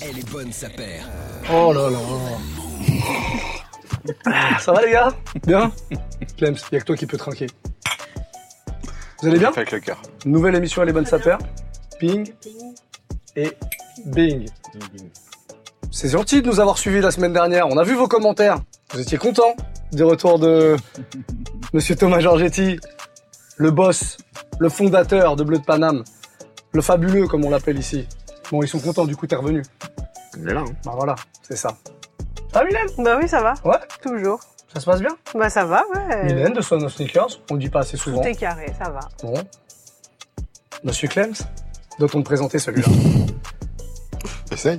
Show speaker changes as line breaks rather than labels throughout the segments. Elle est bonne sa paire.
Oh là là.
Ah, Ça va les gars
Bien Clems, il a que toi qui peux trinquer. Vous allez bien
Avec le cœur.
Nouvelle émission Elle est bonne sa paire. Ping
Ping.
et bing. C'est gentil de nous avoir suivis la semaine dernière. On a vu vos commentaires. Vous étiez contents du retour de Monsieur Thomas Giorgetti, le boss, le fondateur de Bleu de Paname, le fabuleux comme on l'appelle ici. Bon, ils sont contents du coup t'es revenu.
là.
Bah voilà, c'est ça. Ah,
Bah oui, ça va.
Ouais.
Toujours.
Ça se passe bien.
Bah ça va, ouais.
Mylène de Swan of Sneakers, on le dit pas assez souvent.
Tout est carré, ça va.
Bon. Monsieur Clems, doit-on te présenter celui-là
Essaye.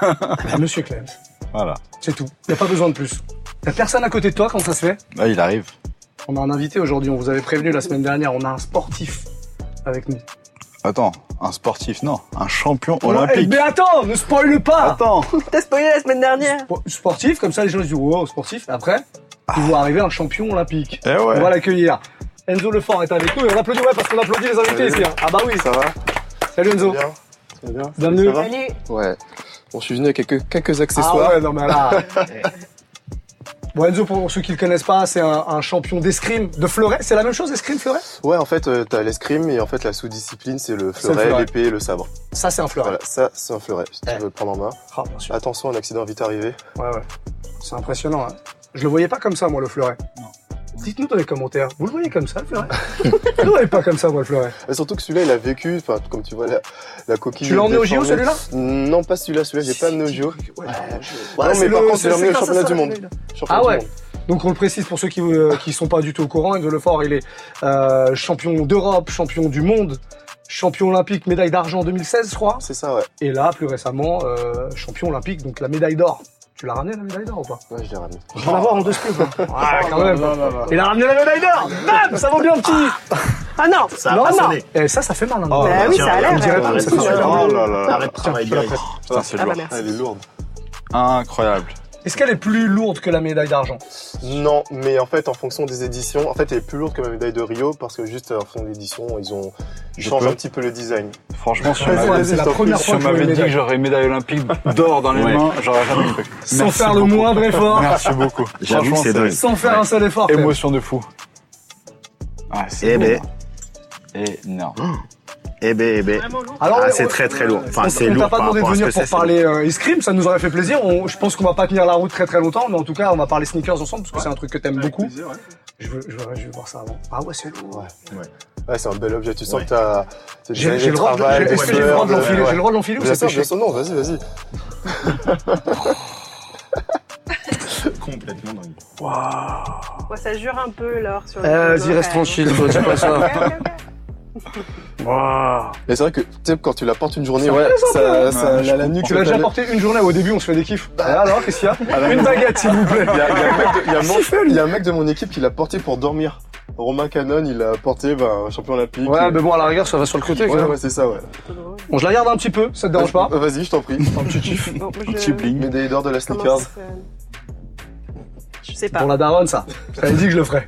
Ah, Monsieur Clems,
Voilà.
c'est tout. Y a pas besoin de plus. Y a personne à côté de toi quand ça se fait
Là, il arrive.
On a un invité aujourd'hui, on vous avait prévenu la semaine dernière, on a un sportif avec nous.
Attends, un sportif, non, un champion
Ouais,
olympique.
mais attends, ne spoil pas
Attends.
T'as spoilé la semaine dernière.
Spo- Sportif, comme ça les gens ils disent wow, sportif. Après, il voit arriver un champion olympique.
Eh ouais.
On va l'accueillir. Enzo Lefort est avec nous et on applaudit ouais, parce qu'on applaudit les invités
Salut.
ici. hein. Ah bah oui,
Ça va
salut Enzo.
Bien Ça va bien
Bienvenue.
Ça va
Salut.
Ouais. Bon, je suis venu avec quelques, quelques accessoires.
Ah ouais, non mais là. Bon Enzo, pour ceux qui le connaissent pas, c'est un, un champion d'escrime, de fleuret. C'est la même chose, escrime, fleuret
ouais. en fait, euh, t'as l'escrime et en fait, la sous-discipline, c'est le
C'est le
fleuret,
fleuret.
l'épée et le sabre.
Ça, c'est un fleuret.
Voilà, ça, c'est un fleuret, si tu
Ouais.
veux le prendre en main.
Ah, bien sûr.
Attention, un accident vite arrivé.
Ouais, ouais. C'est impressionnant. hein. Je le voyais pas comme ça, moi, le fleuret. Dites-nous dans les commentaires, vous le voyez comme ça, le fleuret Je le voyais pas comme ça, moi, le fleuret.
Et surtout que celui-là, il a vécu, enfin, comme tu vois, la, la coquille.
Tu l'as emmené au JO,
déformée.
celui-là
Non, pas celui-là, celui-là, j'ai pas emmené au JO.
Ouais.
Ouais,
Ouais,
mais par
le-
contre, je
c'est
l'ai emmené au
ça, ça,
championnat
ça,
du
ça,
monde.
celui-là.
Championnat
Ah
du
ouais.
monde.
Donc on le précise pour ceux qui euh, qui sont pas du tout au courant, Enzo Lefort, il est euh, champion d'Europe, champion du monde, champion olympique, médaille d'argent en 2016, je crois.
C'est ça, ouais.
Et là, plus récemment, euh, champion olympique, donc la médaille d'or. Tu l'as ramené la médaille d'or ou pas
Ouais, je l'ai ramené.
Je vais l'avoir en deux splits. hein.
Ah,
Ouais, quand même. Il a ramené la médaille d'or Bam Ça vaut bien le petit
Ah non.
Ça
Non,
a
non
sonné.
Eh, ça, ça fait mal. hein.
Oh,
bah
là,
oui,
tiens,
ça a
on dirait
l'air.
pas, mais ça fait
Oh
super
là
mal.
là là.
Arrête de travailler direct.
Putain, c'est
Ah bah
lourd.
merci.
Elle est lourde.
Incroyable.
Est-ce qu'elle est plus lourde que la médaille d'argent
Non, mais en fait, en fonction des éditions, en fait, elle est plus lourde que ma médaille de Rio parce que juste en fonction des éditions, ils ont
Je
changé
peux
un petit peu le design.
Franchement, si on
Ouais,
m'avait-
vas-y,
C'est la
je t'en prie,
première
si
fois
on
que je vois
m'avait
une
dit que
médaille.
j'aurais médaille olympique d'or dans les
Ouais.
mains, j'aurais jamais cru.
Sans
Merci
faire le
beaucoup.
moindre effort,
Merci beaucoup.
J'avoue que
Franchement,
c'est dingue.
sans faire
Ouais.
un seul effort. quand même.
Émotion de fou. Ah,
Eh ben,
ben.
énorme.
eh ben, eh ben.
Alors,
Ah,
on-
c'est très très lourd.
on-
Enfin, c'est
on
lourd
t'a pas
par
demandé de
rapport à ce
venir
que
pour
c'est. c'est
parler euh, escrime, ça nous aurait fait plaisir. On- je pense qu'on va pas tenir la route très très longtemps, mais en tout cas, on va parler sneakers ensemble parce que c'est un truc que t'aimes beaucoup. Je veux, je, veux- je veux voir ça avant. Ah ouais, c'est lourd.
Ouais, c'est un bel objet. Tu sens
Ouais.
que t'as. t'as des
J'ai
années
j'ai le droit de
travail,
j'ai- est-ce que j'ai le droit de
d'heures,
l'enfiler
ouais.
J'ai le droit de l'enfiler ou
Bien
c'est
sûr, bien
péché
sûr, non, vas-y, vas-y.
lourd. Complètement dingue.
Ouais, ça jure un peu l'or sur le.
Euh, Vas-y, reste
dos, quand même.
tranquille, toi, dis pas ça.
Ok, ok, ok.
Mais c'est vrai que, tu sais, quand tu la portes une journée,
Ça
ouais,
plaisante,
ça,
hein.
ça,
Ouais, je
la, la nuque, euh,
Tu l'as
t'as
déjà
les-
porté une journée, au début on se fait des kiffs.
Bah.
Ah, alors, qu'est-ce qu'il y
Ah,
a
la
Une
maison.
baguette, s'il vous plaît.
Il y a- il y a un mec de- il y a un
Qu'est-ce
mec-
qu'il fait, lui
il y a un mec de mon équipe qui l'a porté pour dormir. Romain Canon, il l'a porté, ben, champion olympique.
Ouais, mais bon, à la rigueur, ça va sur le côté. quand
ouais,
même.
ouais, c'est ça, ouais.
C'est trop drôle.
Bon, je la garde un petit peu, ça te dérange pas
Euh, Vas-y, je t'en prie.
Un petit kiff.
Bon, je-
Petit bling.
Médaille d'or de la
comment
sneakers.
ça- Je sais pas.
Pour la daronne, ça. J'avais dit que je le ferais.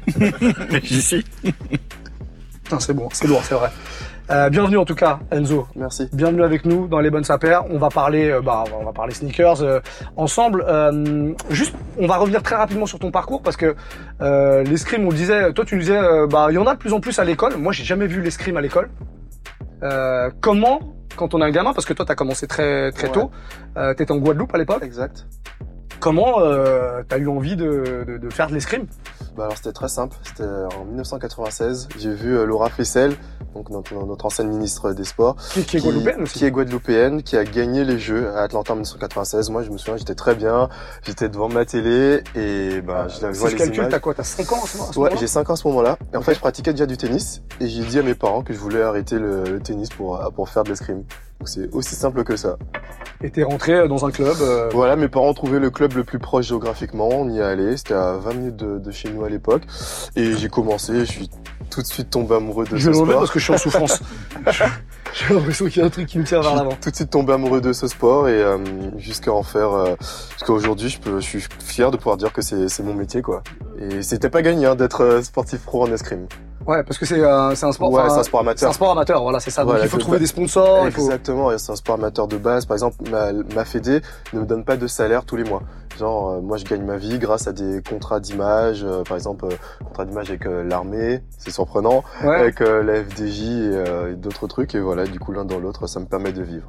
J'y suis.
Putain, c'est bon, c'est lourd, c'est vrai. Euh, bienvenue en tout cas, Enzo.
Merci.
Bienvenue avec nous dans les bonnes sapères. On va parler, euh, bah, on va parler sneakers euh, ensemble. Euh, juste, on va revenir très rapidement sur ton parcours parce que euh, l'escrime, on le disait, toi tu nous disais, euh, bah, il y en a de plus en plus à l'école. Moi, j'ai jamais vu l'escrime à l'école. Euh, comment, quand on est un gamin, parce que toi t'as commencé très très
Ouais.
tôt, euh, t'étais en Guadeloupe à l'époque.
Exact.
Comment euh, t'as eu envie de, de, de faire de l'escrime
Bah alors c'était très simple, c'était en 1996, j'ai vu euh, Laura Flessel, donc notre, notre ancienne ministre des Sports,
Qui, qui est guadeloupéenne aussi.
qui est guadeloupéenne, qui a gagné les Jeux à Atlanta en 1996. Moi je me souviens, j'étais très bien, j'étais devant ma télé et bah je la
Si
vois
je
les
calcule,
images.
t'as quoi T'as 5 ans à ce moment- à ce
Ouais,
moment-là
j'ai 5 ans à ce moment-là. Et en fait, je pratiquais déjà du tennis. Et j'ai dit à mes parents que je voulais arrêter le, le tennis pour, euh, pour faire de l'escrime. Donc c'est aussi simple que ça.
Euh. Et t'es rentré dans un club. euh,
Voilà, mes parents trouvaient le club le plus proche géographiquement, on y est allé, c'était à 20 minutes de, de chez nous à l'époque, et j'ai commencé, je suis tout de suite tombé amoureux de
Je
ce
le remets
sport.
parce que je suis en souffrance. J'ai l'impression qu'il y a un truc qui me tire vers
Je suis
l'avant.
tout de suite tombé amoureux de ce sport et euh, jusqu'à en faire euh, jusqu'à aujourd'hui je peux je suis fier de pouvoir dire que c'est c'est mon métier quoi et c'était pas gagné hein, d'être euh, sportif pro en escrime
Ouais, parce que c'est euh, c'est un sport.
ouais,
enfin,
c'est un sport
c'est un
amateur.
sport amateur, voilà, c'est ça. Donc
Voilà,
il faut
c'est
trouver
ça.
des sponsors. il faut-
Exactement, et c'est un sport amateur de base. Par exemple, ma, ma Fédé ne me donne pas de salaire tous les mois. Genre, euh, moi, je gagne ma vie grâce à des contrats d'image. euh, par exemple, euh, contrat d'image avec euh, l'armée, c'est surprenant,
Ouais.
avec euh, la FDJ et, euh, et d'autres trucs. Et voilà, du coup, l'un dans l'autre, ça me permet de vivre.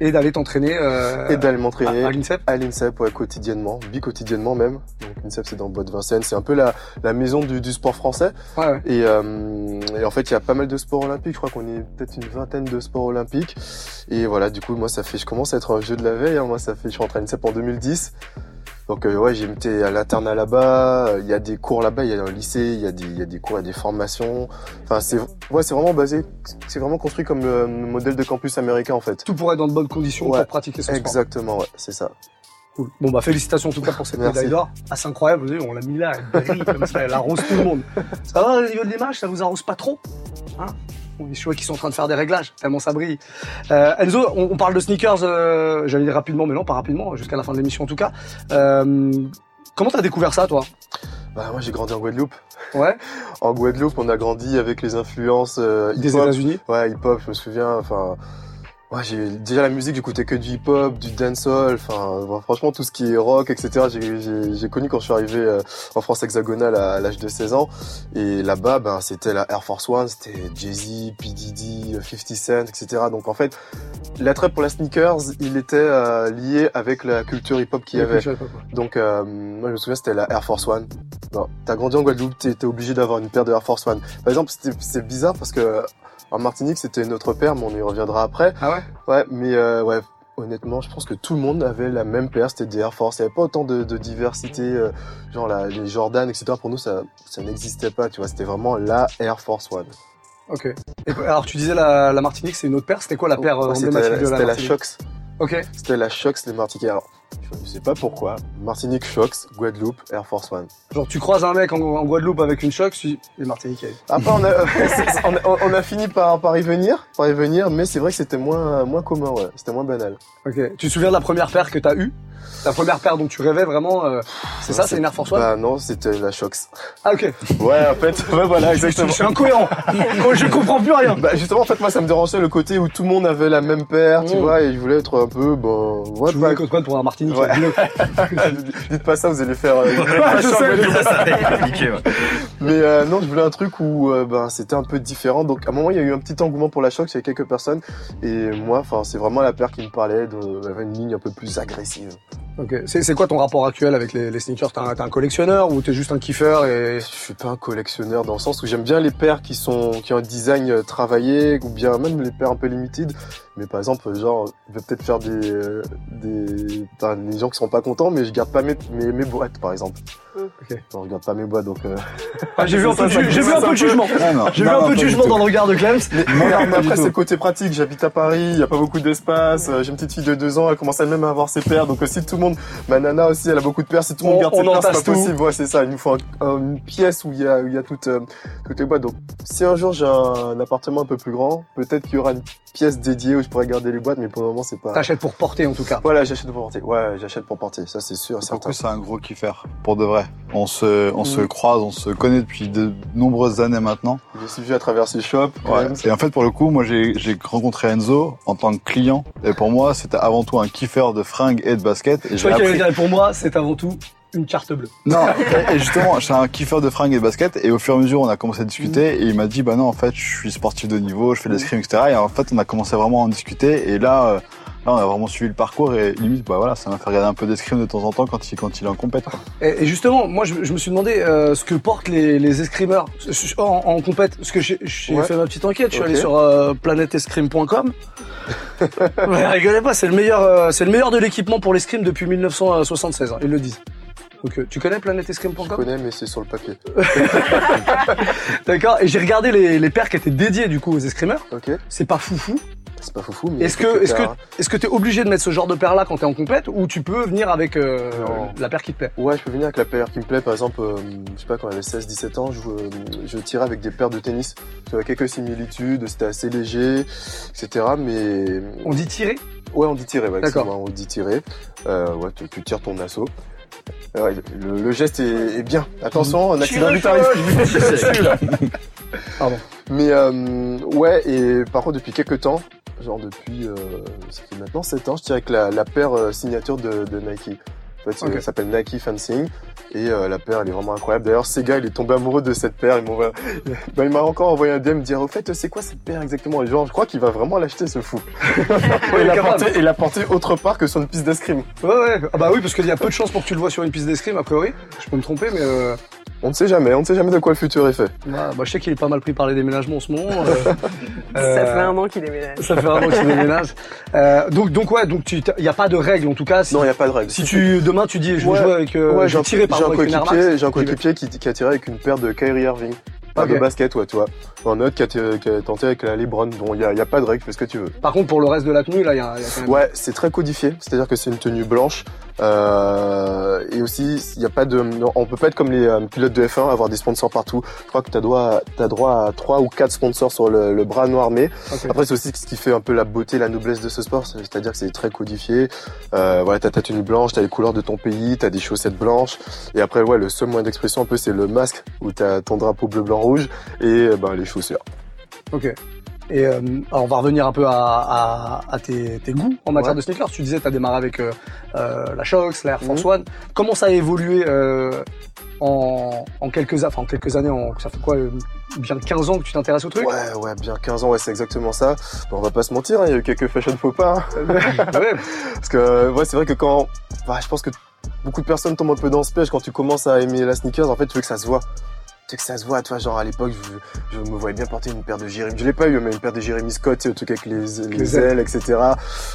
Et d'aller t'entraîner. euh,
et d'aller
à,
m'entraîner
à l'INSEP.
à l'INSEP ouais, quotidiennement, bi-quotidiennement même. Donc l'INSEP c'est dans le bois de Vincennes, c'est un peu la, la maison du, du sport français.
Ouais, ouais.
Et, euh, et en fait il y a pas mal de sports olympiques, je crois qu'on est peut-être une vingtaine de sports olympiques. Et voilà, du coup moi ça fait, je commence à être un jeu de la veille, hein. moi ça fait, je suis rentré à l'INSEP en 2010. Donc euh, ouais, j'ai été à l'internat là-bas, euh, il y a des cours là-bas, il y a un lycée, il y a des, il y a des cours, il y a des formations. Enfin c'est ouais, c'est vraiment basé, c'est vraiment construit comme le modèle de campus américain en fait.
Tout pour être dans de bonnes conditions
Ouais.
pour pratiquer son sport.
Exactement, ouais, c'est ça.
Cool. Bon bah félicitations en tout cas pour cette
Merci.
médaille d'or. Ah c'est incroyable, vous avez vu, on l'a mis là, elle brille comme ça, elle arrose tout le monde. Ça va au niveau de l'image, ça vous arrose pas trop Hein Bon, Les cheveux qui sont en train de faire des réglages, tellement ça brille. Euh, Enzo, on, on parle de sneakers, euh, j'allais dire rapidement, mais non pas rapidement, jusqu'à la fin de l'émission en tout cas. Euh, comment t'as découvert ça toi
Bah moi j'ai grandi en Guadeloupe.
Ouais,
En Guadeloupe, on a grandi avec les influences euh,
des
hip-hop.
États-Unis
Ouais, hip-hop, je me souviens. Enfin, ouais, j'ai déjà la musique, j'écoutais que du hip-hop, du dancehall. Enfin, bon, franchement, tout ce qui est rock, etc. j'ai- J'ai j'ai connu quand je suis arrivé euh, en France hexagonale à, l'âge de 16 ans. Et là-bas, ben c'était la Air Force One, c'était Jay-Z, P Diddy, 50 Cent, etc. Donc en fait, l'attrait pour la sneakers, il était euh, lié avec la culture hip-hop qu'il y avait. Donc, euh, moi, je me souviens, c'était la Air Force One. Bon, t'as grandi en Guadeloupe, t'es t'es obligé d'avoir une paire de Air Force One. Par exemple, c'était- c'est bizarre parce que euh, en Martinique, c'était notre paire, mais on y reviendra après.
Ah ouais
Ouais, mais euh, ouais, honnêtement, je pense que tout le monde avait la même paire, c'était des Air Force. Il n'y avait pas autant de, de diversité, euh, genre la- les Jordan, etc. Pour nous, ça, ça n'existait pas, tu vois. C'était vraiment la Air Force One.
Ok. Et, alors tu disais la, la Martinique, c'est une autre paire, c'était quoi la paire euh,
Ouais, c'était
emblématique de la
c'était la
Martinique
Shox.
Ok.
C'était la Shox, les Martiniquais. Alors, je sais pas pourquoi. Martinique Shox, Guadeloupe, Air Force One.
Genre tu croises un mec en, en Guadeloupe avec une choc, tu dis, les Martiniquais.
Après, on a, on a- on a fini par, par y venir, par y venir, mais c'est vrai que c'était moins, moins commun, ouais. C'était moins banal.
Ok. Tu te souviens de la première paire que t'as eue La première paire dont tu rêvais vraiment euh, C'est ça, c'est une Air Force One
Bah non, c'était la Shox.
Ah ok.
Ouais, en fait, ouais, voilà, exactement.
Je suis incohérent. Moi, Oh, je comprends plus rien.
Bah justement, en fait, moi, ça me dérangeait le côté où tout le monde avait la même paire, tu
Mm.
vois, et je voulais être un peu, bon, ouais,
Tu
pas-
voulais Code One pour un Martinique.
Ouais.
dis-le.
Dites pas ça, vous allez faire. euh,
je
machin,
sais.
mais-
Ça va être compliqué, ouais.
Mais euh, non, je voulais un truc où euh, ben, c'était un peu différent. Donc à un moment, il y a eu un petit engouement pour la choc, il y a quelques personnes. Et moi, enfin, c'est vraiment la paire qui me parlait, de, elle avait une ligne un peu plus agressive.
Ok. C'est c'est quoi ton rapport actuel avec les, les sneakers T'es un, t'es un collectionneur ou t'es juste un kiffeur et
Je suis pas un collectionneur dans le sens où j'aime bien les paires qui sont qui ont un design euh, travaillé ou bien même les paires un peu limited. Mais par exemple, euh, genre, je vais peut-être faire des euh, des putain, les gens qui sont pas contents, mais je garde pas mes mes, mes boîtes par exemple.
Mm.
Ok.
Genre, je garde pas mes boîtes donc. euh,
Ah, J'ai vu un peu de ju- j'ai vu un peu de jugement.
Non, non.
J'ai vu un peu de jugement dans le regard de Clems.
Mais, mais après, c'est le côté pratique. J'habite à Paris, il n'y a pas beaucoup d'espace. euh, J'ai une petite fille de deux ans, elle commence à même à avoir ses paires. Donc, euh, si tout le monde, ma nana aussi, elle a beaucoup de paires. Si tout le
On-
monde garde
on
ses
en
paires,
tasse
c'est
tout.
pas possible. Ouais, c'est ça. Il nous faut un- un- une pièce où il y a, où il y a toutes, euh, toutes les boîtes. Donc, si un jour j'ai un, un appartement un peu plus grand, peut-être qu'il y aura une pièce dédiée où je pourrais garder les boîtes, mais pour le moment, c'est pas.
T'achètes pour porter en tout cas.
Voilà, j'achète pour porter. Ouais, j'achète pour porter. Ça, c'est sûr,
Pour
certain.
coup, c'est un gros kiffer, pour de vrai. On se, on
Mm.
se croise, on se connaît depuis de nombreuses années maintenant.
Je suis vu à travers ces shops. quand
Ouais.
même.
Et en fait, pour le coup, moi, j'ai j'ai rencontré Enzo en tant que client. Et pour moi, c'était avant tout un kiffer de fringues et de basket. Et
Je
j'ai
crois qu'il
appris-
allait dire pour moi, c'est avant tout une carte bleue.
Non, et- et justement, j'étais un kiffer de fringues et de basket. Et au fur et à mesure, on a commencé à discuter.
Mhm.
Et il m'a dit, bah non, en fait, je suis sportif de haut niveau, je fais de l'escrime, etc. Et en fait, on a commencé vraiment à en discuter. Et là, euh, là, on a vraiment suivi le parcours. Et limite, bah voilà, ça m'a fait regarder un peu d'escrime de temps en temps quand il, quand il est en compète. quoi.
Et, et justement, moi, je, je me suis demandé euh, ce que portent les, les escrimeurs Je- je- en, en compète. Parce que j'ai j'ai
Ouais.
fait ma petite enquête. Je suis
Ok.
allé sur euh, planetescrime.com. Ouais, rigolez pas, c'est le meilleur, euh, c'est le meilleur de l'équipement pour l'escrime depuis 1976. hein, ils le disent. Donc, euh, tu connais
Je
planetescrime.com
connais, mais c'est sur le papier.
D'accord. Et j'ai regardé les, les paires qui étaient dédiées du coup aux escrimeurs.
Ok.
C'est pas foufou.
C'est pas foufou, mais.
Est-ce que, est-ce que,
Super, hein.
est-ce que t'es obligé de mettre ce genre de paire là quand t'es en compète ou tu peux venir avec euh,
Non.
la paire qui te plaît
Ouais, je peux venir avec la paire qui me plaît. Par exemple, euh, je sais pas, quand j'avais 16-17 ans, je, euh, je tirais avec des paires de tennis. J'avais quelques similitudes, c'était assez léger, etc. Mais.
On dit tirer.
Ouais, on dit tirer, ouais,
D'accord.
excuse-moi, on dit tirer. Euh, ouais, tu, tu tires ton assaut. Euh, ouais, le, le geste est, est bien. Attention, on accident vite arrive.
Pardon.
Mais euh, ouais, et par contre, depuis quelques temps, genre depuis euh, ça fait maintenant 7 ans, je dirais que la, la paire euh, signature de, de Nike. En fait,
Ok.
elle s'appelle Nike Fencing et euh, la paire elle est vraiment incroyable. D'ailleurs, Sega il est tombé amoureux de cette paire. Il m'envoie- Ben, il m'a encore envoyé un DM me dire au fait c'est quoi cette paire exactement. Et genre je crois qu'il va vraiment l'acheter ce fou.
il
et,
est
la
capable.
porter, et la porter autre part que sur une piste d'escrime.
Ouais, ouais. Ah bah oui, parce qu'il y a peu de chances pour que tu le vois sur une piste d'escrime, a priori. Je peux me tromper, mais euh,
On ne sait jamais, on ne sait jamais de quoi le futur est fait.
bah, bah, je sais qu'il est pas mal pris par les déménagements en ce moment. euh,
Ça fait
euh,
un an qu'il déménage.
Ça fait vraiment que tu déménages. Euh, donc, donc ouais, donc tu, il y a pas de règle en tout cas. Si,
Non, il n'y a pas de règle.
si tu demain tu dis je vais
Ouais,
jouer avec, euh,
Ouais,
je vais tirer
j'ai tiré
par
j'ai un
avec une arme.
coéquipier, j'ai un
vais.
coéquipier qui, qui a tiré avec une paire de Kyrie Irving. Pas
Ok.
de basket, ouais, tu vois. Un autre qui a, tiré- qui a tenté avec la LeBron. Bon, il n'y a, y a pas de règle, fais ce que tu veux.
Par contre, pour le reste de la tenue là, il y a, il y a quand même.
Ouais, c'est très codifié, c'est-à-dire que c'est une tenue blanche. Euh, et aussi, il y a pas de, non, on peut pas être comme les euh, pilotes de F1, avoir des sponsors partout. Je crois que t'as droit, à- t'as droit à trois ou quatre sponsors sur le, le bras noir mais
Ok.
Après, c'est aussi ce qui fait un peu la beauté, la noblesse de ce sport, c'est-à-dire que c'est très codifié. Euh, voilà, t'as ta tenue blanche, t'as les couleurs de ton pays, t'as des chaussettes blanches. Et après, ouais, le seul moyen d'expression un peu, c'est le masque où t'as ton drapeau bleu, blanc, rouge et euh, ben, les chaussures.
Ok. Et euh, alors, on va revenir un peu à, à, à tes, tes goûts en matière
Ouais.
de sneakers. Tu disais, tu as démarré avec euh, euh, la Shox, la Air Force One. Comment ça a évolué euh, en, en quelques, a- enfin, en quelques années en, Ça fait quoi euh, Bien 15 ans que tu t'intéresses au truc
Ouais, ouais, bien 15 ans, ouais, c'est exactement ça. Bon, on va pas se mentir, hein, il y a eu quelques fashion faux pas. hein.
Ah Ouais.
Parce que euh, ouais, c'est vrai que quand, bah, je pense que beaucoup de personnes tombent un peu dans ce piège quand tu commences à aimer la sneakers. En fait, tu veux que ça se voit. Tu veux que ça se voit. Tu vois, genre à l'époque, je, je me voyais bien porter une paire de Jérémy. Je l'ai pas eu, mais une paire de Jérémy Scott, tu sais, le truc avec les, les
Les ailes.
ailes, etc.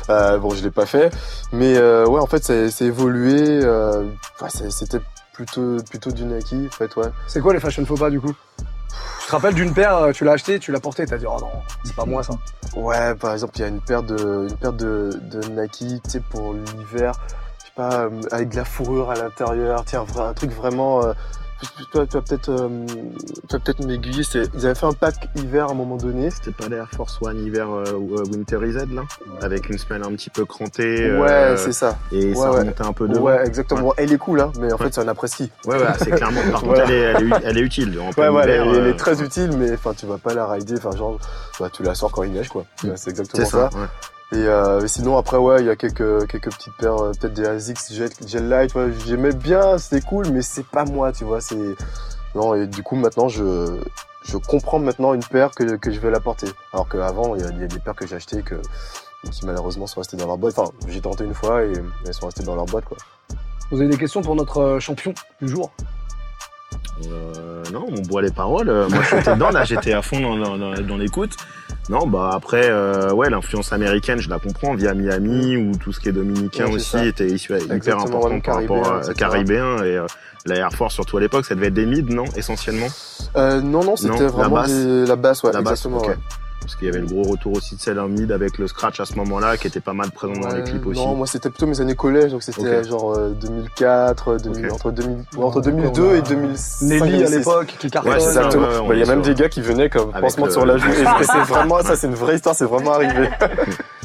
Euh, bon, je l'ai pas fait, mais euh, ouais, en fait, c'est c'est évolué. Euh, ouais, c'est- c'était plutôt plutôt du Nike, en fait, ouais.
C'est quoi les fashion faux pas du coup Tu te rappelles d'une paire, euh, tu l'as achetée, tu l'as portée, t'as dit oh non, c'est pas moi ça.
Ouais, par exemple, il y a une paire de, une paire de, de Nike, tu sais, pour l'hiver, je sais pas, euh, avec de la fourrure à l'intérieur, tiens, un truc vraiment. euh, tu- tu- toi, tu vas peut-être, euh, tu vas peut-être m'aiguiller. c'est- Ils avaient fait un pack hiver à un moment donné.
C'était pas l'Air Force One hiver euh, ou, euh, Winterized là Avec une semelle un petit peu crantée. euh,
ouais, c'est ça.
Et ça
ouais, ouais.
remontait un peu de.
Ouais, exactement. Elle est cool, hein, mais en fait, c'est un après-ski.
Ouais, ouais, c'est clairement. Par contre,
Voilà.
elle, est, elle, est, elle est utile. En
Ouais,
plein
ouais, elle,
hiver,
est- elle
euh,
est très utile, mais enfin, tu vas pas la rider. Enfin, genre, bah, tu la sors quand il neige, quoi.
Mm.
Ouais, C'est exactement
C'est ça. ouais.
Et euh, et sinon après ouais il y a quelques quelques petites paires euh, peut-être des Asics Gel, Gel Light ouais, j'aimais bien c'était cool mais c'est pas moi tu vois c'est non et du coup maintenant je je comprends maintenant une paire que, que je vais la porter alors qu'avant il y, a- il y a des paires que j'ai achetées que qui malheureusement sont restées dans leur boîte enfin j'ai tenté une fois et elles sont restées dans leur boîte quoi
Vous avez des questions pour notre euh, champion du jour
Euh, non, on boit les paroles. Euh, Moi, j'étais dedans, là, j'étais à fond dans, dans- dans- dans l'écoute. Non, bah après, euh, ouais, l'influence américaine, je la comprends via Miami ou tout ce qui est dominicain
Ouais, c'est
aussi
ça.
était issu- hyper
Exactement,
important
même
par rapport
caribéen, etc.
à caribéen et euh, la Air Force surtout à l'époque, ça devait être des mids, non, essentiellement.
euh, non non
Non,
c'était
la
vraiment
basse.
des- la basse ouais
La basse,
exactement
ok.
ouais.
Parce qu'il y avait le gros retour aussi de celle en mid avec le scratch à ce moment-là, qui était pas mal présent dans les
Euh,
clips aussi.
Non, moi c'était plutôt mes années collège, donc c'était
Ok.
genre euh, 2004, 2000,
Ok.
entre, 2000,
Ouais,
entre
encore,
2002
euh,
et 2006.
Nelly à l'époque qui cartonne.
Ouais,
Ouais,
c'est ça.
exactement.
ouais, ouais, on
Bah, il y a
est
même
sur-
des gars qui venaient comme
Avec
pansement
le-
sur la joue. Et c'est- c'est vraiment, ça, c'est une vraie histoire, c'est vraiment arrivé.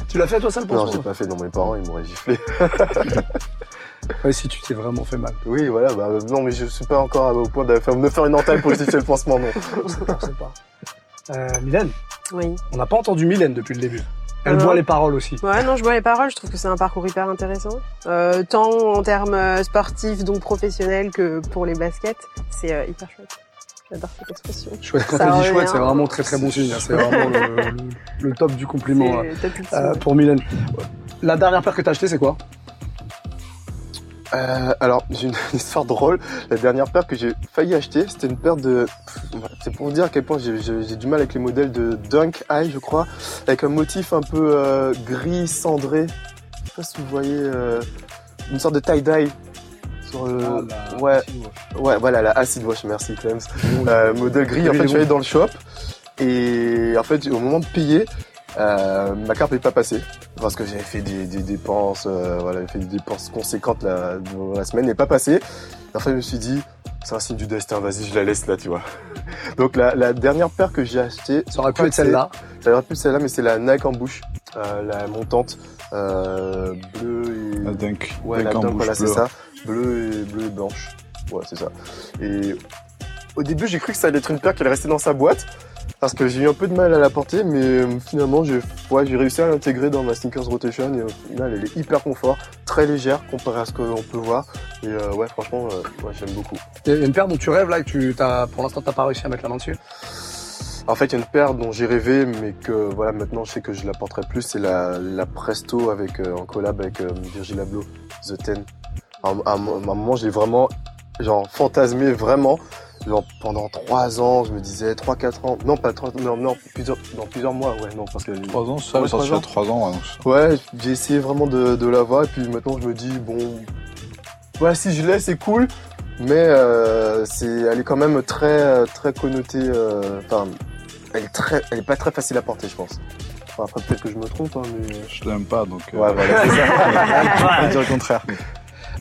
Tu l'as fait toi ça le
Non, je
pansement
l'ai pas fait, non, mes parents, ils m'auraient giflé.
Ouais, si tu t'es vraiment fait mal.
Oui, voilà, bah, non, mais je suis pas encore au point de faire, me faire une entaille pour justifier le pansement, non.
On sait pas, on sait pas. Euh, Mylène,
Oui.
on n'a pas entendu Mylène depuis le début. Elle
Ah.
voit les paroles aussi.
Ouais, non, je vois les paroles. Je trouve que c'est un parcours hyper intéressant. Euh, tant en termes euh, sportifs, donc professionnels, que pour les baskets. C'est euh, hyper chouette. J'adore cette expression.
Chouette, quand
Ça
elle dit
revient.
chouette, c'est vraiment très très bon signe. hein. C'est vraiment le, le- le top du compliment
C'est- t'as plus le
euh, euh,
son.
pour Mylène. La dernière paire que t'as achetée, c'est quoi
Euh, alors, j'ai une histoire drôle. La dernière paire que j'ai failli acheter, c'était une paire de. C'est pour vous dire à quel point j'ai- j'ai j'ai du mal avec les modèles de Dunk High, je crois, avec un motif un peu euh, gris cendré. Je sais pas si vous voyez euh, une sorte de tie-dye sur
Euh,
le. Ah,
Ah, bah.
bah, ouais. Ouais, voilà, la Acid Wash, merci Clems. Euh, modèle gris, en fait, je suis allé dans le shop et en fait, au moment de payer, euh, ma carte n'est pas passée parce que j'avais fait des, des dépenses, euh, voilà, j'avais fait des dépenses conséquentes la, dans la semaine, n'est pas passée. Et enfin, je me suis dit, c'est un signe du destin, vas-y, je la laisse là, tu vois. Donc la, la dernière paire que j'ai achetée,
Ça aurait pu être celle-là.
ça aurait pu être celle-là, mais c'est la Nike en bouche, euh, la montante euh, bleue et
La dunk.
Ouais, la
Dunk en
dent,
bouche
voilà, c'est
bleue.
ça. bleue et, bleue et blanche. Voilà, c'est ça. Et au début, j'ai cru que ça allait être une paire qui allait rester dans sa boîte. Parce que j'ai eu un peu de mal à la porter, mais euh, finalement, j'ai ouais, j'ai réussi à l'intégrer dans ma sneakers rotation. Et au final, elle est hyper confort, très légère comparée à ce qu'on peut voir. Et euh, ouais, franchement, euh, ouais, j'aime beaucoup.
Il y a une paire dont tu rêves là, que tu, t'as- pour l'instant, t'as pas réussi à mettre la main dessus.
En fait, il y a une paire dont j'ai rêvé, mais que voilà, maintenant je sais que je la porterai plus. C'est la, la Presto avec euh, en collab avec euh, Virgil Abloh, The Ten. À, un- à un mo- à un moment, j'ai vraiment genre fantasmé vraiment. Genre pendant trois ans, je me disais trois quatre ans, non pas trois, non non plusieurs, dans plusieurs mois, ouais non parce que
3 ans, ça,
Ouais,
ouais, sorti il y
trois
a 3 ans. ouais, donc
Ouais, j'ai essayé vraiment de, de l'avoir et puis maintenant je me dis bon, ouais si je l'ai c'est cool, mais euh, c'est, elle est quand même très euh, très connotée, euh, enfin elle est très, elle est pas très facile à porter je pense. Enfin, après peut-être que je me trompe hein, mais.
je l'aime pas, donc. euh,
Ouais voilà. c'est ça.
je peux pas dire le contraire.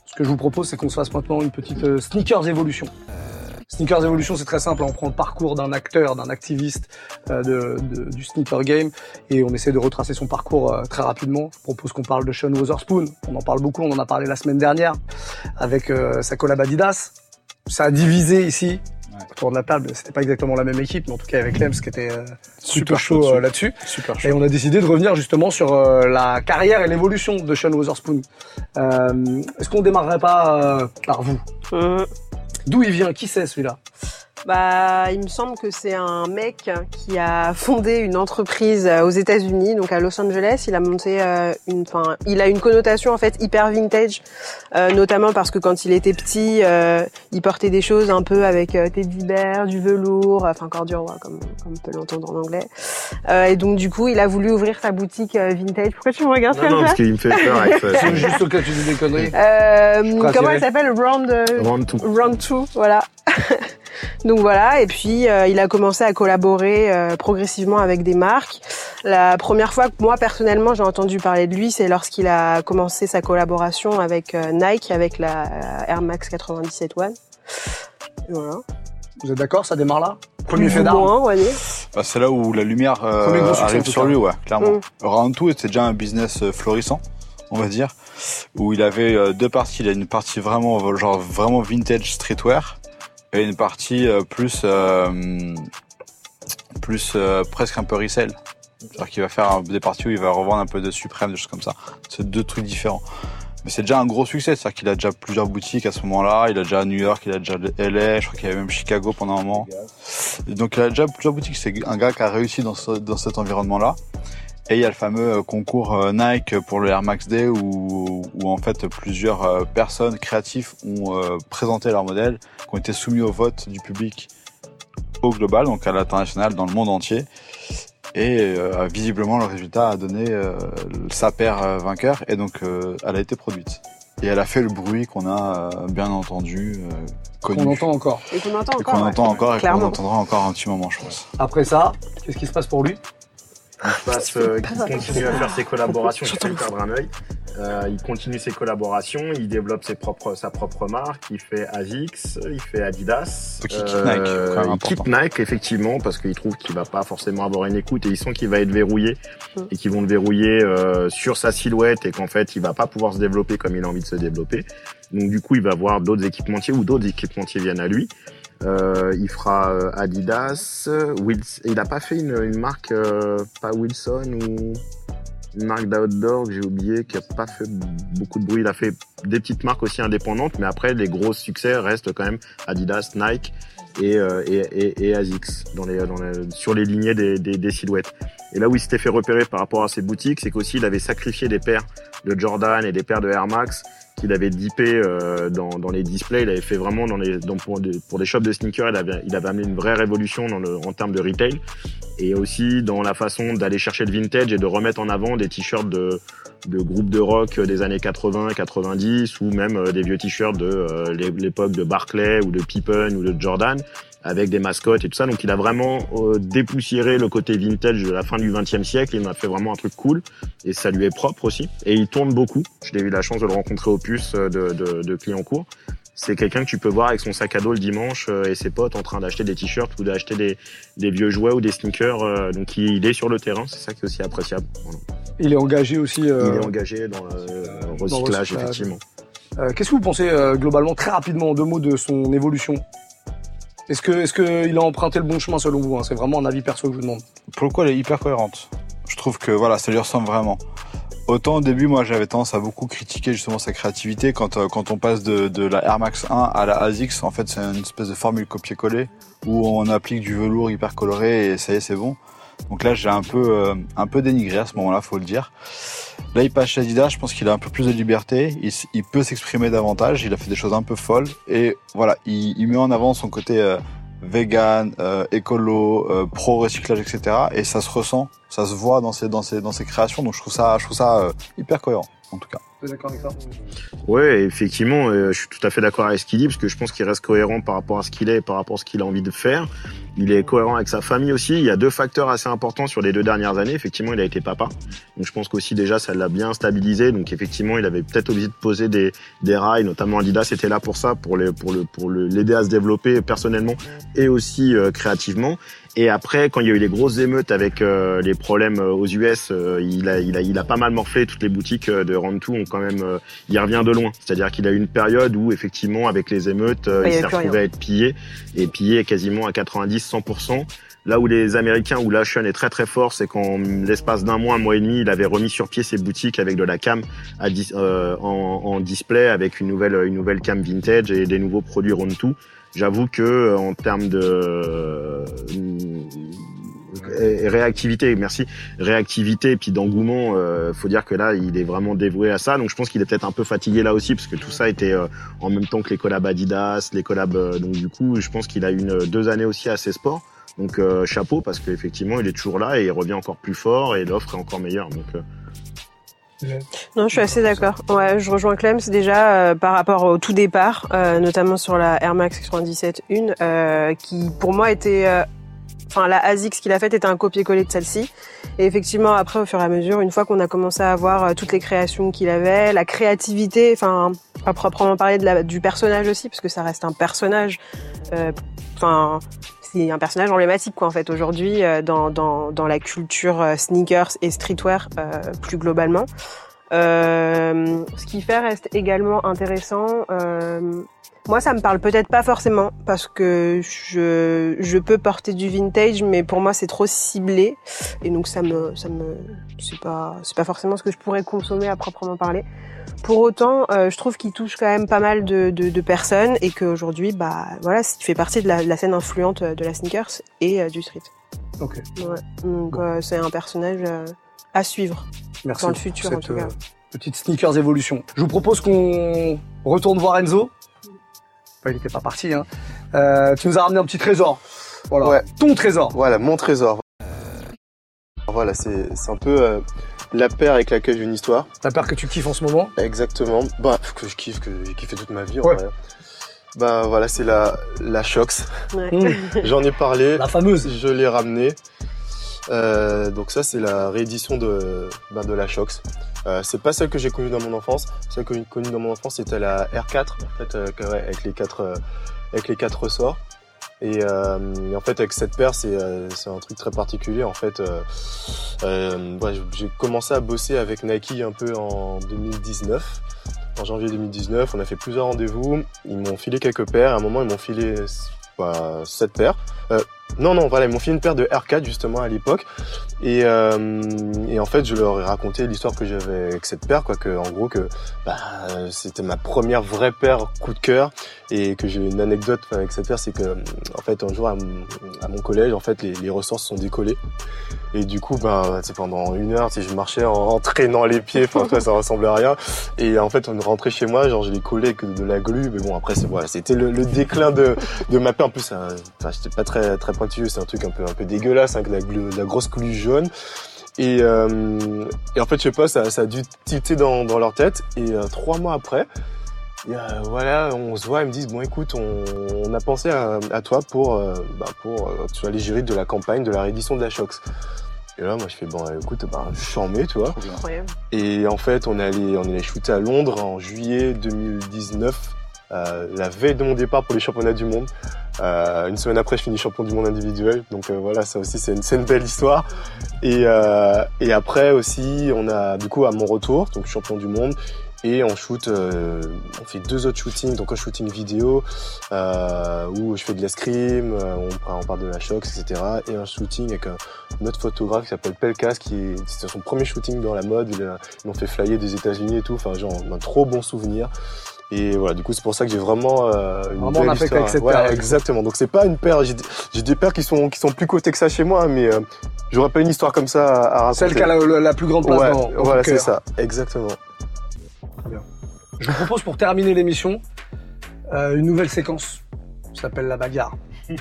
Ce que je vous propose, c'est qu'on se fasse maintenant une petite euh, sneakers évolution. Sneakers Evolution, c'est très simple. On prend le parcours d'un acteur, d'un activiste euh, de- de- du sneaker game et on essaie de retracer son parcours euh, très rapidement. Je propose qu'on parle de Sean Wotherspoon. On en parle beaucoup, on en a parlé la semaine dernière avec euh, sa collab Adidas. Ça a divisé ici.
Ouais.
Autour de la table, c'était pas exactement la même équipe, mais en tout cas avec Lems qui était euh, plutôt
Super
chaud
chaud
euh, là-dessus.
Super
Et on a décidé de revenir justement sur euh, la carrière et l'évolution de Sean Wotherspoon. Euh, Est-ce qu'on démarrerait pas euh, par vous
Euh.
Hum.
D'où il vient Qui c'est celui-là
Bah, il me semble que c'est un mec qui a fondé une entreprise euh, aux États-Unis, donc à Los Angeles. Il a monté euh, une, enfin, il a une connotation en fait hyper vintage, euh, notamment parce que quand il était petit, euh, il portait des choses un peu avec euh, teddy bear, du velours, enfin corps du roi, comme, comme on peut l'entendre en anglais. Euh, et donc du coup, il a voulu ouvrir sa boutique euh, vintage. Pourquoi tu me regardes
Non, non,
comme ça
parce qu'il me fait peur avec
C'est
ça.
juste au cas où tu dis des conneries.
euh,
préférais.
Comment elle s'appelle Round. euh,
Rendre tout.
Round 2, voilà. Donc voilà, et puis euh, il a commencé à collaborer euh, progressivement avec des marques. La première fois que moi personnellement j'ai entendu parler de lui, c'est lorsqu'il a commencé sa collaboration avec euh, Nike, avec la euh, Air Max 97 One. Voilà.
Vous êtes d'accord Ça démarre là Premier
Plus
fait
ou
d'armes
moins, on va dire.
Bah, c'est là où la lumière euh,
Premier gros succès, en
arrive
tout
sur
cas.
lui, ouais, clairement.
Mm.
Round 2 était déjà un business euh, florissant, on va dire, où il avait euh, deux parties. Il a une partie vraiment, euh, genre, vraiment vintage streetwear et une partie euh, plus, euh, plus euh, presque un peu resell. C'est-à-dire qu'il va faire un- des parties où il va revendre un peu de Supreme, des choses comme ça. C'est deux trucs différents. Mais c'est déjà un gros succès, c'est-à-dire qu'il a déjà plusieurs boutiques à ce moment-là. Il a déjà New York, il a déjà LA, je crois qu'il y avait même Chicago pendant un moment. Et donc il a déjà plusieurs boutiques, c'est un gars qui a réussi dans, ce- dans cet environnement-là. Et il y a le fameux euh, concours euh, Nike pour le Air Max Day où, où en fait plusieurs euh, personnes créatives ont euh, présenté leurs modèles, qui ont été soumis au vote du public au global, donc à l'international, dans le monde entier. Et euh, visiblement le résultat a donné euh, sa paire euh, vainqueur et donc euh, elle a été produite. Et elle a fait le bruit qu'on a euh, bien entendu euh, connu
qu'on entend encore.
Et qu'on entend
et
encore.
qu'on
ouais.
entend encore et qu'on
Clairement.
entendra encore un petit moment, je pense.
Après ça, qu'est-ce qui se passe pour lui
passe, euh, il continue à faire ses collaborations, il faut lui perdre un œil. Euh, il continue ses collaborations, il développe ses propres, sa propre marque, il fait ASICS, il fait Adidas. Euh,
Donc, il quitte Nike, quand même
il
important.
quitte Nike, effectivement, parce qu'il trouve qu'il va pas forcément avoir une écoute et il sent qu'il va être verrouillé
Mm.
et qu'ils vont le verrouiller euh, sur sa silhouette et qu'en fait, il va pas pouvoir se développer comme il a envie de se développer. Donc, du coup, il va voir d'autres équipementiers ou d'autres équipementiers viennent à lui. Euh, il fera euh, Adidas. euh, Wils- Il a pas fait une, une marque, euh, pas Wilson ou une marque d'outdoor que j'ai oublié, qui a pas fait beaucoup de bruit. Il a fait des petites marques aussi indépendantes, mais après les gros succès restent quand même Adidas, Nike et, euh, et, et, et Asics dans les, dans les- sur les lignées des, des, des silhouettes. Et là où il s'était fait repérer par rapport à ses boutiques, c'est qu'aussi il avait sacrifié des paires de Jordan et des paires de Air Max qu'il avait dippé euh, dans, dans les displays. Il avait fait vraiment dans les, dans, pour, des, pour des shops de sneakers, il avait, il avait amené une vraie révolution dans le, en termes de retail et aussi dans la façon d'aller chercher le vintage et de remettre en avant des t-shirts de, de groupes de rock des années 80, 90 ou même euh, des vieux t-shirts de euh, l'é- l'époque de Barclay ou de Pippen ou de Jordan avec des mascottes et tout ça. Donc il a vraiment euh, dépoussiéré le côté vintage de la fin du 20e siècle. Il en a fait vraiment un truc cool et ça lui est propre aussi. Et il tourne beaucoup. Je l'ai eu la chance de le rencontrer au puce euh, de, de, de Clignancourt. C'est quelqu'un que tu peux voir avec son sac à dos le dimanche euh, et ses potes en train d'acheter des t-shirts ou d'acheter des, des vieux jouets ou des sneakers. euh, donc il, il est sur le terrain, c'est ça qui est aussi appréciable. Voilà.
Il est engagé aussi. euh,
Il est engagé dans le
euh,
recyclage,
recyclage.
effectivement.
Euh, Qu'est-ce que vous pensez euh, globalement, très rapidement, en deux mots, de son évolution Est-ce que, est-ce que il a emprunté le bon chemin selon vous hein C'est vraiment un avis perso que je vous demande.
Pour le coup, elle est hyper cohérente. Je trouve que voilà, ça lui ressemble vraiment. Autant au début, moi, j'avais tendance à beaucoup critiquer justement sa créativité quand euh, quand on passe de, de la Air Max 1 à la ASICS. En fait, c'est une espèce de formule copier-coller où on applique du velours hyper coloré et ça y est, c'est bon. Donc là, j'ai un peu euh, un peu dénigré à ce moment-là, faut le dire. Là, il passe chez Adidas. Je pense qu'il a un peu plus de liberté. Il, s- il peut s'exprimer davantage. Il a fait des choses un peu folles et voilà, il, il met en avant son côté euh, vegan, euh, écolo, euh, pro recyclage, etc. Et ça se ressent, ça se voit dans ses dans ses dans ses créations. Donc je trouve ça je trouve ça euh, hyper cohérent en tout cas.
Vous êtes d'accord avec ça
Ouais, effectivement, euh, je suis tout à fait d'accord avec ce qu'il dit, parce que je pense qu'il reste cohérent par rapport à ce qu'il est, et par rapport à ce qu'il a envie de faire. Il est cohérent avec sa famille aussi. Il y a deux facteurs assez importants sur les deux dernières années. Effectivement, il a été papa. Donc je pense qu'aussi déjà, ça l'a bien stabilisé. Donc effectivement, il avait peut-être obligé de poser des, des rails, notamment Adidas était là pour ça, pour l'aider pour le, pour le- l'aider à se développer personnellement et aussi euh, créativement. Et après, quand il y a eu les grosses émeutes avec euh, les problèmes euh, aux US, euh, il, a, il, a, il a pas mal morflé. Toutes les boutiques euh, de Rantou ont quand même euh, il revient de loin. C'est-à-dire qu'il a eu une période où, effectivement, avec les émeutes, euh,
Ah, il y
il
avait
s'est
plus
retrouvé à être pillé, et pillé quasiment à 90-100%. Là où les Américains, où la chaîne est très très fort, c'est qu'en l'espace d'un mois, un mois et demi, il avait remis sur pied ses boutiques avec de la cam à dis- euh, en, en display, avec une nouvelle, une nouvelle cam vintage et des nouveaux produits Rontu. J'avoue que euh, en termes de euh, euh, réactivité, merci, réactivité et puis d'engouement, euh, faut dire que là, il est vraiment dévoué à ça. Donc je pense qu'il est peut-être un peu fatigué là aussi parce que tout ça était euh, en même temps que les collabs Adidas, les collabs. euh, donc du coup, je pense qu'il a une euh, deux années aussi à ses sports. Donc euh, chapeau parce qu'effectivement, il est toujours là et il revient encore plus fort et l'offre est encore meilleure. Donc euh,
Non, je suis assez d'accord. Ouais, je rejoins Clem, c'est déjà euh, par rapport au tout départ, euh, notamment sur la Air Max 97-1, euh, qui pour moi était... euh, Enfin, la ASICS qu'il a faite était un copier-coller de celle-ci. Et effectivement, après, au fur et à mesure, une fois qu'on a commencé à voir euh, toutes les créations qu'il avait, la créativité, enfin, à proprement parler de la, du personnage aussi, parce que ça reste un personnage. euh, Enfin, c'est un personnage emblématique, quoi, en fait, aujourd'hui, euh, dans, dans, dans la culture euh, sneakers et streetwear euh, plus globalement. Euh, ce qui fait reste également intéressant. Euh, moi, ça me parle peut-être pas forcément parce que je, je peux porter du vintage, mais pour moi, c'est trop ciblé et donc ça me ça me c'est pas c'est pas forcément ce que je pourrais consommer à proprement parler. Pour autant, euh, je trouve qu'il touche quand même pas mal de, de, de personnes et qu'aujourd'hui, bah voilà, tu fais partie de la, de la scène influente de la sneakers et euh, du street.
Ok.
Ouais. Donc euh, c'est un personnage euh, à suivre.
Merci
Dans le
pour
futur,
cette,
en tout cas.
euh, petite sneakers évolution. Je vous propose qu'on retourne voir Enzo. Enfin, il n'était pas parti. Hein. Euh, tu nous as ramené un petit trésor. Voilà.
Ouais.
Ton trésor.
Voilà, mon trésor. Voilà, c'est c'est un peu euh, la paire avec laquelle j'ai une histoire.
T'as peur que tu kiffes en ce moment
Exactement. Bah, que je kiffe, que j'ai kiffé toute ma vie en
Ouais.
vrai. Bah voilà, c'est la, la Shox.
Ouais.
J'en ai parlé,
La fameuse.
je l'ai ramenée. Euh, donc ça, c'est la réédition de, ben, de la Shox. Euh, c'est pas celle que j'ai connue dans mon enfance. Celle que j'ai connue dans mon enfance, c'était la R4, en fait, euh, que- ouais, avec, les quatre, euh, avec les quatre ressorts. Et, euh, et en fait, avec cette paire, c'est euh, c'est un truc très particulier. En fait, euh, euh, ouais, j'ai commencé à bosser avec Nike un peu en 2019 en janvier 2019. On a fait plusieurs rendez-vous. Ils m'ont filé quelques paires. À un moment, ils m'ont filé euh, bah, sept paires. Euh, non, non, voilà, ils m'ont filé une paire de R4 justement à l'époque. Et, euh, et en fait, je leur ai raconté l'histoire que j'avais avec cette paire, quoi. Que, en gros, que bah, euh, c'était ma première vraie paire coup de cœur et que j'ai une anecdote avec cette paire, c'est que en fait, un jour à mon, à mon collège, en fait, les, les ressorts se sont décollés. Et du coup, ben, tu sais, pendant une heure, tu sais, je marchais en, en traînant les pieds. Enfin, toi, ça ressemblait à rien. Et en fait, on est rentré chez moi, genre je l'ai collé avec de la glu, mais bon après c'est voilà, c'était le, le déclin de, de ma paire. En plus, ça- enfin, j'étais pas très très pointilleux, c'est un truc un peu un peu dégueulasse, hein, avec la, glu- la grosse glu jaune. Et, euh, et en fait, je sais pas, ça, ça a dû tilter dans, dans leur tête. Et euh, trois mois après, et, euh, voilà, on se voit, ils me disent bon écoute, on, on a pensé à, à toi pour euh, bah, pour euh, tu vois, les jurys de la campagne de la réédition de la Shox. Et là, moi, je fais bon, euh, écoute, bah, je suis en mai, tu vois.
Incroyable.
Et en fait, on est allé, on est allé shooter à Londres en juillet 2019, euh, la veille de mon départ pour les championnats du monde. Euh, une semaine après, je finis champion du monde individuel. Donc euh, voilà, ça aussi, c'est une, c'est une belle histoire. Et, euh, et après aussi, on a du coup à mon retour, donc champion du monde, et on shoot, euh, on fait deux autres shootings, donc un shooting vidéo euh, où je fais de l'escrime, euh, on, par- on parle de la chox, etc. Et un shooting avec un, un autre photographe qui s'appelle Pelkas, qui est- c'était son premier shooting dans la mode, il a- ils l'ont fait flyer des États-Unis et tout, enfin genre un trop bon souvenir. Et voilà, du coup c'est pour ça que j'ai vraiment euh, une
Vraiment
belle
un affect
histoire.
avec cette
Ouais,
période.
exactement. Donc c'est pas une paire, j'ai j'ai des paires qui sont qui sont plus cotées que ça chez moi, mais euh, j'aurais pas une histoire comme ça à, à raconter.
Celle qui a la, la- la plus grande place
Ouais,
dans, dans
voilà,
ton cœur.
c'est ça, exactement.
Je vous propose pour terminer l'émission euh, une nouvelle séquence. Ça s'appelle la bagarre.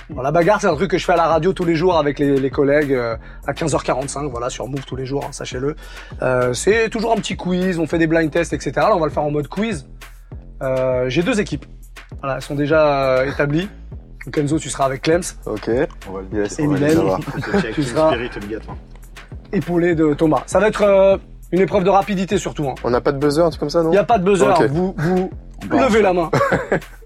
Bon, la bagarre, c'est un truc que je fais à la radio tous les jours avec les, les collègues euh, à 15h45, voilà, sur Move tous les jours, hein, sachez-le. Euh, c'est toujours un petit quiz, on fait des blind tests, etc. Là, on va le faire en mode quiz. Euh, J'ai deux équipes. Voilà, elles sont déjà euh, établies. Donc, Enzo, tu seras avec Clems,
Ok.
On va le dire.
Yes,
Et
on va les
Mylène.
avoir.
Tu seras-
Spirit obligatoire.
épaulé de Thomas. Ça va être euh, une épreuve de rapidité surtout. hein.
On n'a pas de buzzer, un truc comme ça, non
Il n'y a pas de buzzer,
Ok.
vous, vous
part
levez la main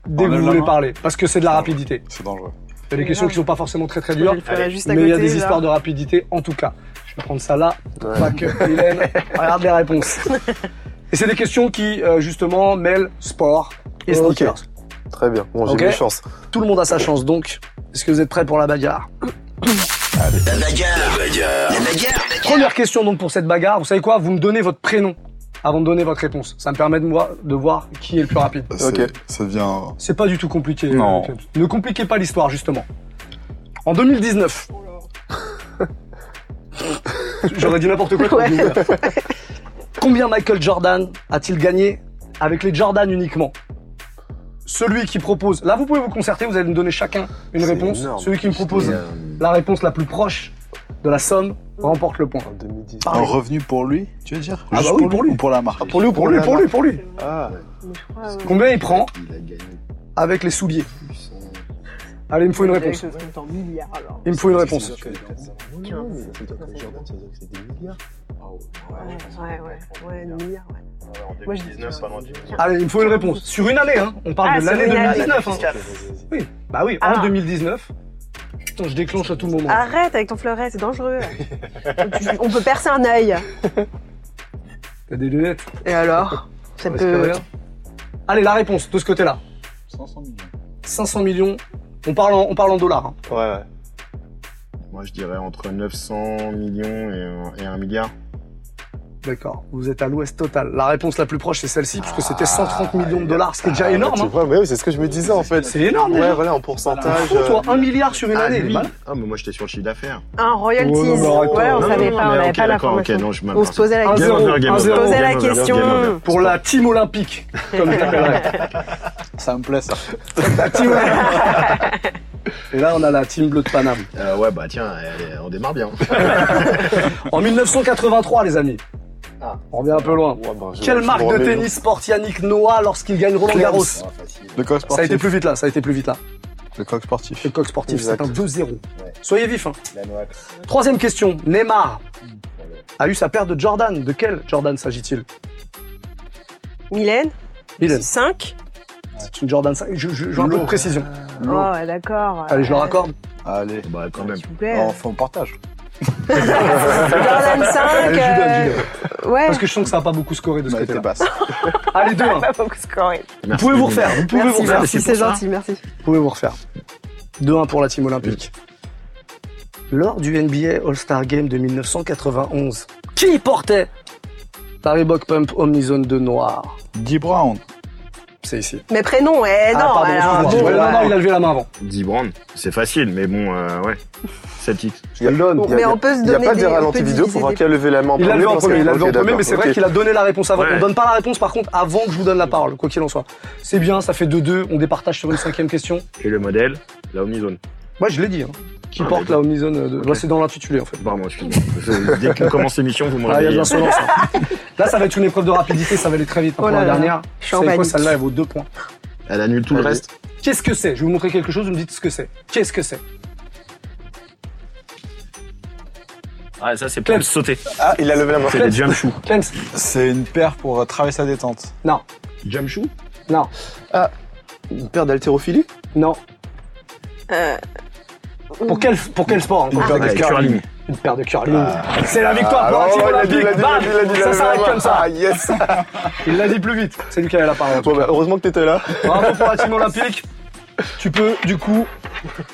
dès
On lève
que vous
la
voulez
main
parler, parce que c'est de la rapidité.
C'est dangereux.
Il y a des
Mais
questions
grave.
qui sont pas forcément très très
Je
dures,
le ferai juste à
mais il y a
côté,
des
là.
histoires de rapidité en tout cas. Je vais prendre ça là,
Ouais.
pas que Hélène. Regarde les réponses. Et c'est des questions qui euh, justement mêlent sport et
Ok.
sneakers.
Très bien. Bon, j'ai
Ok.
mes chances.
Tout le monde a sa chance donc. Est-ce que vous êtes prêts pour la bagarre
La bagarre. La bagarre.
Première question donc pour cette bagarre, vous savez quoi Vous me donnez votre prénom avant de donner votre réponse. Ça me permet de, moi, de voir qui est le plus rapide.
C'est- Ça devient.
C'est pas du tout compliqué.
Non.
euh, Ne compliquez pas l'histoire, justement. En 2019. J'aurais dit n'importe quoi.
Ouais.
Combien Michael Jordan a-t-il gagné avec les Jordan uniquement Celui qui propose. Là, vous pouvez vous concerter, vous allez me donner chacun une
C'est
réponse.
énorme.
Celui qui me propose
Mais, euh,
la réponse la plus proche de la somme remporte le point.
En 2010.
Par-
Un revenu pour lui, tu veux dire
Ah
Juste
bah oui, pour lui.
Ou pour la marque.
Pour lui ou pour lui, pour lui, pour lui.
Ah,
Mais je crois, ouais.
Combien il prend
Il a gagné
avec les souliers Allez, il me faut une réponse.
Je compte en milliards, alors.
Il me faut une réponse. Ah
Ouais, ouais, ouais, ouais, milliards, ouais.
en
Moi, je dis-
2019, pas loin du tout.
Allez, Ah, il me faut une réponse. Sur une année, hein. On parle
Ah,
de
sur
l'année
une année.
2019. hein. Oui, bah oui, en
Ah.
2019. Putain, je déclenche à tout moment.
Arrête avec ton fleuret, c'est dangereux. Tu- On peut percer un œil.
T'as des lunettes.
Et alors Ça
parce que
peut.
regarde. Allez, la réponse de ce côté-là.
500 millions.
500 millions. On parle en, on parle en dollars. hein.
Ouais, ouais.
Moi, je dirais entre 900 millions et, un- et 1 milliard.
D'accord. Vous êtes à l'ouest total. La réponse la plus proche, c'est celle-ci, puisque c'était 130 millions de dollars, ce qui est déjà
Ah,
énorme.
bah, tu
hein.
vois, mais oui, c'est ce que je me disais en fait.
C'est énorme,
Ouais,
déjà.
voilà, en
T'es
pourcentage.
fou, toi,
euh,
1 milliard sur une
Ah,
année.
lui.
les balles.
Ah, mais moi, j'étais sur le chiffre d'affaires.
Un royalties.
Ouais, bah, arrête,
voilà, on
non,
savait
non,
pas,
mais
on n'avait
ok,
pas
d'accord, ok,
l'information.
non, je me
On se posait la
Un
Game
zéro,
question.
over, game
un
On se
over,
posait
zéro,
la
game over, game over.
question.
Pour la team olympique, comme je l'appellerais.
Ça me plaît, ça.
La team olympique. Et là, on a la team bleue de Paname.
Euh, ouais, bah tiens, allez, on démarre bien.
En 1983, les amis.
Ah.
On revient un peu loin.
ouais, bah, je- je
Quelle
me
marque de
remets,
tennis porte Yannick Noah lorsqu'il gagne Roland Garros Ça
Le coq
a
sportif.
été plus vite là, ça a été plus vite là.
Le coq sportif.
Le coq sportif, c'est
Exact.
un 2-0.
Ouais.
Soyez vifs. Hein. Troisième question, Neymar a eu sa paire de Jordan. De quel Jordan s'agit-il
Mylène
Mylène,
5
c'est une Jordan 5. Je, je- je veux un peu de
Lourd.
précision.
Oh,
L'eau.
d'accord. Euh,
Allez, je le raccorde.
Allez.
Bah, quand même.
S'il vous plaît.
Enfin, on partage.
Jordan 5.
Allez, je lui donne, je lui
euh,
donne.
Ouais.
Parce que je sens que ça va pas beaucoup scorer de ce
Elle était
côté-là.
basse.
Allez, deux. hein.
Pas beaucoup scorer.
Vous pouvez vous refaire, vous pouvez
Merci,
vous refaire.
merci, c'est gentil, merci.
Vous pouvez vous refaire. 2-1 pour la team olympique. Lors du NBA All-Star Game de 1991, qui portait la Reebok Pump Omnizone de noir
Guy Brown.
C'est ici. Ah,
Mais prénom, ouais, Eh non.
pardon,
alors,
excuse-moi.
bon,
Ouais,
ouais.
non, non, il a levé la main avant.
D-Brand, c'est facile, mais bon, euh, ouais. 7X.
Il y a
Lone.
il y a-
Mais on peut se
Il n'y a
donner
pas
des-
de
on
ralenti
peut
vidéo
diviser
pour voir
des-
qui a levé la main en
Il a levé en
parce que-
premier, il a levé en
ok,
premier, mais
d'accord,
c'est
ok.
vrai qu'il a donné la réponse avant.
Ouais.
On donne pas la réponse par contre avant que je vous donne la parole, quoi qu'il en soit. C'est bien, ça fait 2-2, on départage sur une cinquième question.
Et le modèle, la Omnizone.
Moi je l'ai dit, hein. qui
Ah,
porte
mais-
la Omnizone de...
Ok.
Bah, c'est dans l'intitulé en fait.
Pardon, excusez-moi. Dès qu'on commence l'émission, vous me
Ah, il y a de
réveillez.
l'insolence. hein. Là, ça va être une épreuve de rapidité, ça va aller très vite. hein,
Oh
pour
là
la
là.
dernière,
Je suis en
C'est quoi,
panique.
celle-là, elle vaut 2 points.
Elle annule tout le
Allez.
reste.
Qu'est-ce que c'est Je vais vous montrer quelque chose, vous me dites ce que c'est. Qu'est-ce que c'est
Ah, ça, c'est
Clem.
pour sauter.
Ah, il a levé la main.
C'est les jump shoes.
Clems
C'est une paire pour euh, travailler sa détente.
Non,
Jump shoes
non, Euh,
Une paire d'haltérophilie
non.
Euh,
Pour quel, pour quel sport
Une
encore
paire de
Ouais,
Ah,
curling. Ah, oh,
curling.
une paire de curling. C'est la victoire pour un team olympique. Bam Ça s'arrête comme ça.
Ah, yes
Il l'a dit plus vite. C'est lui qui avait la parole.
Bon, bah, heureusement que t'étais là.
Bravo pour la team olympique. Tu peux, du coup,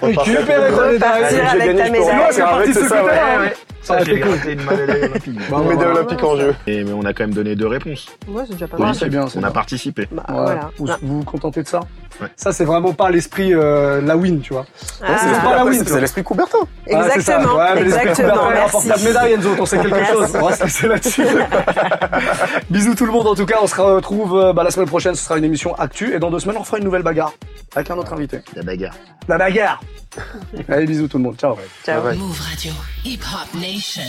Repartir.
récupérer ta médaille.
Repartir
J'ai
avec
gagné,
ta
C'est moi,
médaille.
je peux revenir.
c'est
Ouais,
parti de
c'est
ce
ça,
côté-là.
ouais.
ouais. Ça aurait été Ah, cool.
une médaille olympique.
Bravo,
Médaille
bravo.
olympique en jeu.
Et- mais on a quand même donné deux réponses.
Ouais, c'est déjà pas
Oui,
mal.
Ah, c'est bien, c'est
On a
bien.
participé.
Bah,
Ouais,
voilà.
Vous vous vous contentez de ça
Ouais.
Ça, c'est vraiment pas l'esprit euh, la win, tu vois.
Ah,
c'est pas la win,
C'est
toi.
c'est l'esprit Coubertin.
Ah, c'est ça.
Exactement.
Ouais, mais l'esprit
Exactement.
Coubertin,
Merci.
rapporte la médaille, Enzo, on sait quelque
Merci.
chose. On va se laisser là-dessus. Bisous tout le monde, en tout cas, on se retrouve euh, bah, la semaine prochaine, ce sera une émission Actu, et dans deux semaines, on fera une nouvelle bagarre avec un autre invité.
La bagarre.
La bagarre Allez, bisous tout le monde, ciao.
Ciao.
Move Radio. Hip Hop Nation.